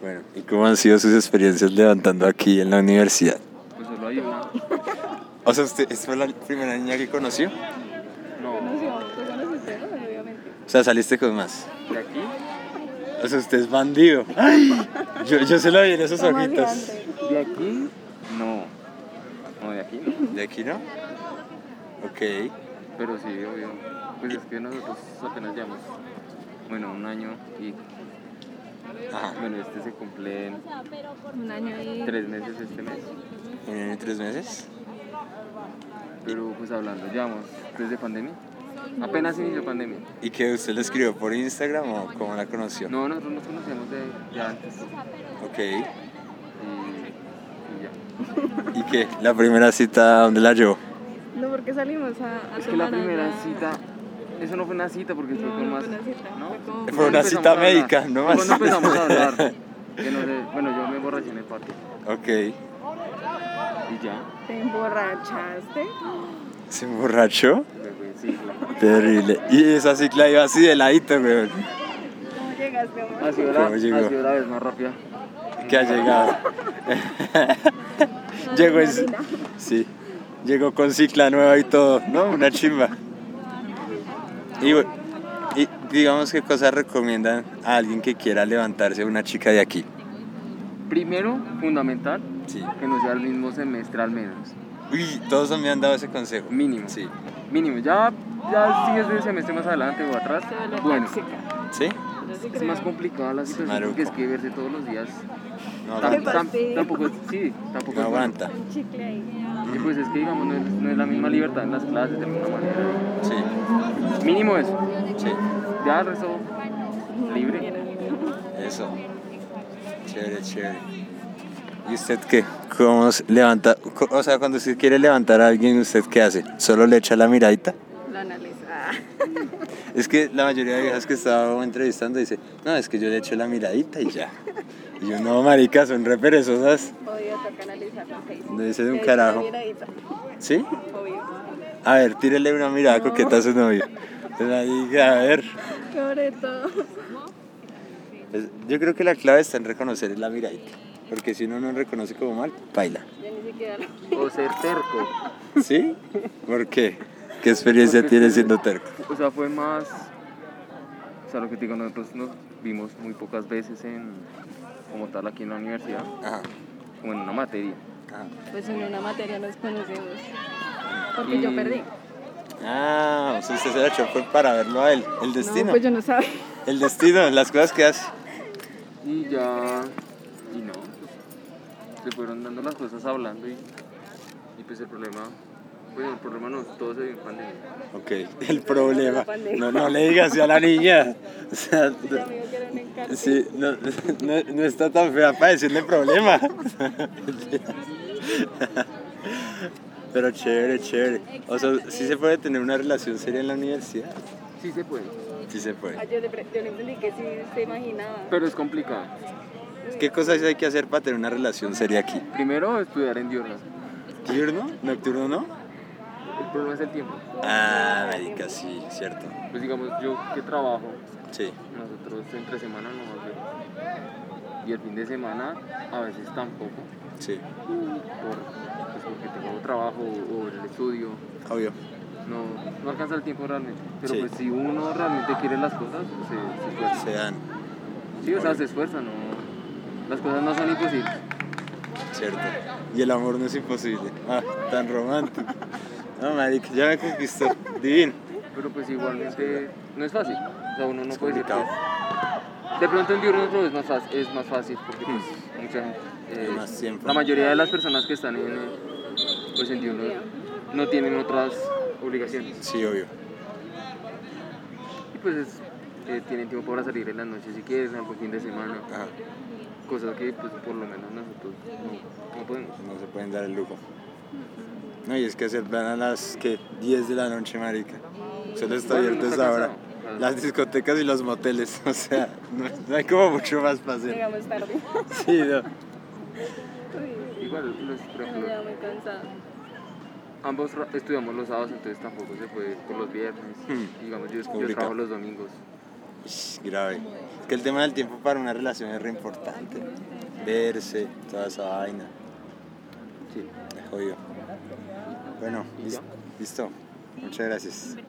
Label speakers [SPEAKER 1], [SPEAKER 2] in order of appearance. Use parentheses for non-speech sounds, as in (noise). [SPEAKER 1] Bueno, ¿y cómo han sido sus experiencias levantando aquí en la universidad?
[SPEAKER 2] Pues solo hay una.
[SPEAKER 1] O sea, ¿usted es la primera niña que conoció?
[SPEAKER 2] No,
[SPEAKER 3] Conoció, pues conoció usted, obviamente.
[SPEAKER 1] O sea, saliste con más.
[SPEAKER 2] de aquí.
[SPEAKER 1] O sea, usted es bandido. ¡Ay! Yo, yo se lo vi en esos
[SPEAKER 3] Está más
[SPEAKER 1] ojitos.
[SPEAKER 3] grande.
[SPEAKER 2] De aquí, no. No, de aquí no.
[SPEAKER 1] ¿De aquí no? Ok.
[SPEAKER 2] Pero sí, obvio. Pues es que nosotros apenas llevamos, bueno, un año y,
[SPEAKER 1] Ajá.
[SPEAKER 2] bueno, este se cumple en
[SPEAKER 3] Un año y...
[SPEAKER 2] tres meses este mes.
[SPEAKER 1] ¿Un año y tres meses?
[SPEAKER 2] Pero pues hablando, llevamos desde pandemia. Apenas inició pandemia.
[SPEAKER 1] ¿Y que usted le escribió por Instagram o cómo la conoció?
[SPEAKER 2] No, nosotros nos conocíamos de, de antes.
[SPEAKER 1] Ok.
[SPEAKER 2] Y, y ya.
[SPEAKER 1] ¿Y qué? ¿La primera cita dónde la llevó?
[SPEAKER 3] No, porque salimos a, a
[SPEAKER 2] Es que la
[SPEAKER 3] tomar
[SPEAKER 2] primera
[SPEAKER 3] allá.
[SPEAKER 2] cita, eso no fue una cita porque fue
[SPEAKER 3] No,
[SPEAKER 2] con
[SPEAKER 3] no
[SPEAKER 2] más.
[SPEAKER 3] fue una cita, fue como-
[SPEAKER 1] Fue una
[SPEAKER 2] empezamos
[SPEAKER 1] cita
[SPEAKER 2] a hablar.
[SPEAKER 1] médica, ¿no?
[SPEAKER 2] Fue Cuando empezamos a
[SPEAKER 1] (laughs)
[SPEAKER 2] hablar. que no sé, bueno, yo me emborraché en el parque
[SPEAKER 1] Ok.
[SPEAKER 2] y ya.
[SPEAKER 3] ¿Te emborrachaste?
[SPEAKER 1] ¿Se emborrachó?
[SPEAKER 2] Luego, sí, claro.
[SPEAKER 1] Terrible. Y esa cicla iba así de ladito, weón.
[SPEAKER 3] ¿Cómo llegaste, amor?
[SPEAKER 2] Ha sido la,
[SPEAKER 1] ¿Cómo llegó?
[SPEAKER 2] ha sido la vez más rápida.
[SPEAKER 1] Que ha llegado.
[SPEAKER 3] No,
[SPEAKER 1] Llegó en-
[SPEAKER 3] Marina.
[SPEAKER 1] Sí. Llegó con cicla nueva y todo, ¿no? Una chimba. Y, bu- y digamos qué cosas recomiendan a alguien que quiera levantarse a una chica de aquí.
[SPEAKER 2] Primero, fundamental,
[SPEAKER 1] Sí.
[SPEAKER 2] que no sea el mismo semestre al menos.
[SPEAKER 1] Uy, todos me han dado ese consejo.
[SPEAKER 2] Mínimo.
[SPEAKER 1] Sí.
[SPEAKER 2] Mínimo, ya, ya si es de semestre más adelante o atrás,
[SPEAKER 3] Se vuelve
[SPEAKER 2] bueno,
[SPEAKER 3] tóxica.
[SPEAKER 1] ¿Sí?
[SPEAKER 3] Yo sí
[SPEAKER 2] es
[SPEAKER 3] creo.
[SPEAKER 2] más complicada la situación porque es
[SPEAKER 1] maluco.
[SPEAKER 2] que verse todos los días.
[SPEAKER 1] No
[SPEAKER 2] tam-
[SPEAKER 3] Qué
[SPEAKER 1] aguanta.
[SPEAKER 2] tam-
[SPEAKER 3] fastidio.
[SPEAKER 2] tampoco es, sí, tampoco
[SPEAKER 1] No
[SPEAKER 2] es bueno.
[SPEAKER 1] aguanta.
[SPEAKER 3] Un chicle ahí.
[SPEAKER 2] Y pues es que digamos, no es, no es la misma libertad en las clases de alguna manera.
[SPEAKER 1] Sí.
[SPEAKER 2] Mínimo eso.
[SPEAKER 1] Sí.
[SPEAKER 2] Ya el resto, libre.
[SPEAKER 1] Eso. Chévere, chévere. ¿Y usted qué? ¿Cómo se levanta? co- O sea, cuando usted quiere levantar a alguien, ¿usted qué hace? ¿Solo le echa la miradita?
[SPEAKER 3] Lo (laughs) analiza.
[SPEAKER 1] Es que la mayoría de viejas que estaba entrevistando dice, no, es que yo le echo la miradita y ya. Y yo, no, marica, son re perezosas.
[SPEAKER 3] Odio toca analizar lo que hice.
[SPEAKER 1] No dice de un
[SPEAKER 3] Te
[SPEAKER 1] carajo.
[SPEAKER 3] echo la miradita.
[SPEAKER 1] ¿Sí?
[SPEAKER 3] Obvio.
[SPEAKER 1] A ver, tírele una mirada
[SPEAKER 3] No.
[SPEAKER 1] coqueta a su novio. Se la diga, a ver.
[SPEAKER 3] Sobre todo.
[SPEAKER 1] Pues, yo creo que la clave está en reconocer la miradita. Porque si uno no reconoce como mal, baila.
[SPEAKER 3] Yo ni siquiera lo...
[SPEAKER 2] O ser terco.
[SPEAKER 1] ¿Sí? ¿Por qué? ¿Qué experiencia
[SPEAKER 2] Porque
[SPEAKER 1] tiene
[SPEAKER 2] es que-
[SPEAKER 1] siendo terco?
[SPEAKER 2] O sea, fue más. O sea, lo que te digo, nosotros nos vimos muy pocas veces en, como tal aquí en la universidad,
[SPEAKER 1] Ajá.
[SPEAKER 2] como en una materia.
[SPEAKER 1] ajá.
[SPEAKER 3] Pues en una materia nos conocimos. Porque yo
[SPEAKER 2] Y-
[SPEAKER 3] perdí.
[SPEAKER 1] Ah, o sea, usted se la chocó para verlo a él. El destino.
[SPEAKER 3] No, pues yo no sabía.
[SPEAKER 1] El destino, las cosas que hace.
[SPEAKER 2] Y ya. Y no. pues, Se fueron dando las cosas hablando y. Y pues el problema. Bueno, el problema no, todo se dio en pandemia.
[SPEAKER 1] Ok, el problema.
[SPEAKER 3] pandemia.
[SPEAKER 1] No, no le digas así a la niña. O sea,
[SPEAKER 3] Mis amigos que eran en cárcel.
[SPEAKER 1] sí, no, no, no está tan fea para decirle problema. Pero chévere, chévere. O sea, sí se puede tener una relación seria en la universidad.
[SPEAKER 2] Sí se puede,
[SPEAKER 1] Sí se
[SPEAKER 3] Ah,
[SPEAKER 1] puede.
[SPEAKER 3] Yo le, pre- yo le entendí que sí se imaginaba.
[SPEAKER 2] pero es complicado.
[SPEAKER 1] ¿Qué cosas hay que hacer para tener una relación seria aquí?
[SPEAKER 2] Primero, estudiar en diurna.
[SPEAKER 1] ¿Diurno? ¿Nocturno no?
[SPEAKER 2] El problema es el tiempo.
[SPEAKER 1] Ah, marica, sí, cierto.
[SPEAKER 2] Pues digamos, yo que trabajo,
[SPEAKER 1] Sí.
[SPEAKER 2] nosotros entre semana no más vemos. Y el fin de semana a veces tampoco,
[SPEAKER 1] Sí,
[SPEAKER 2] por, pues porque tengo trabajo o el estudio,
[SPEAKER 1] obvio.
[SPEAKER 2] no, no alcanza el tiempo realmente. Pero
[SPEAKER 1] Sí.
[SPEAKER 2] pues si uno realmente quiere las cosas, pues, se, se esfuerza.
[SPEAKER 1] Se dan,
[SPEAKER 2] Sí, o sea, se esfuerza, no. Las cosas no son imposibles.
[SPEAKER 1] cierto. Y el amor no es imposible. Ah, tan romántico. No, marica, ya me conquistó. Divino.
[SPEAKER 2] Pero pues igualmente no es fácil. O sea, uno no
[SPEAKER 1] Es
[SPEAKER 2] puede decir que
[SPEAKER 1] complicado.
[SPEAKER 2] es- De pronto en diurno no es más fácil, es más fácil porque pues, mucha gente, eh,
[SPEAKER 1] Hay Hmm. más tiempo.
[SPEAKER 2] la mayoría de las personas que están en, eh, pues, en diurno no tienen otras obligaciones.
[SPEAKER 1] Sí, obvio.
[SPEAKER 2] Y pues es- eh, tienen tiempo para salir en las noches si quieren, algún fin de semana,
[SPEAKER 1] Ajá,
[SPEAKER 2] cosas que pues por lo menos nosotros no, no podemos.
[SPEAKER 1] no se pueden dar el lujo. No, y es que se plan a las que 10 de la noche, marica. Solo está
[SPEAKER 2] Igual
[SPEAKER 1] abierto esa
[SPEAKER 2] uno está
[SPEAKER 1] hora.
[SPEAKER 2] cansado, claro.
[SPEAKER 1] Las discotecas y los moteles, (laughs) o sea, no, no hay como mucho más para hacer.
[SPEAKER 3] Llegamos tarde. (laughs)
[SPEAKER 1] Sí, no.
[SPEAKER 3] Uy,
[SPEAKER 2] Igual, los, por
[SPEAKER 3] me
[SPEAKER 2] ejemplo,
[SPEAKER 3] llevo muy cansada.
[SPEAKER 2] ambos tra- estudiamos los sábados, entonces tampoco se puede por los viernes.
[SPEAKER 1] Hmm.
[SPEAKER 2] Digamos, yo, yo
[SPEAKER 1] Complicado.
[SPEAKER 2] trabajo los domingos.
[SPEAKER 1] Ish, grave. Es que el tema del tiempo para una relación es re importante. Verse, toda esa vaina.
[SPEAKER 2] Sí.
[SPEAKER 1] Es jodido. Bueno, lis- listo. Muchas gracias.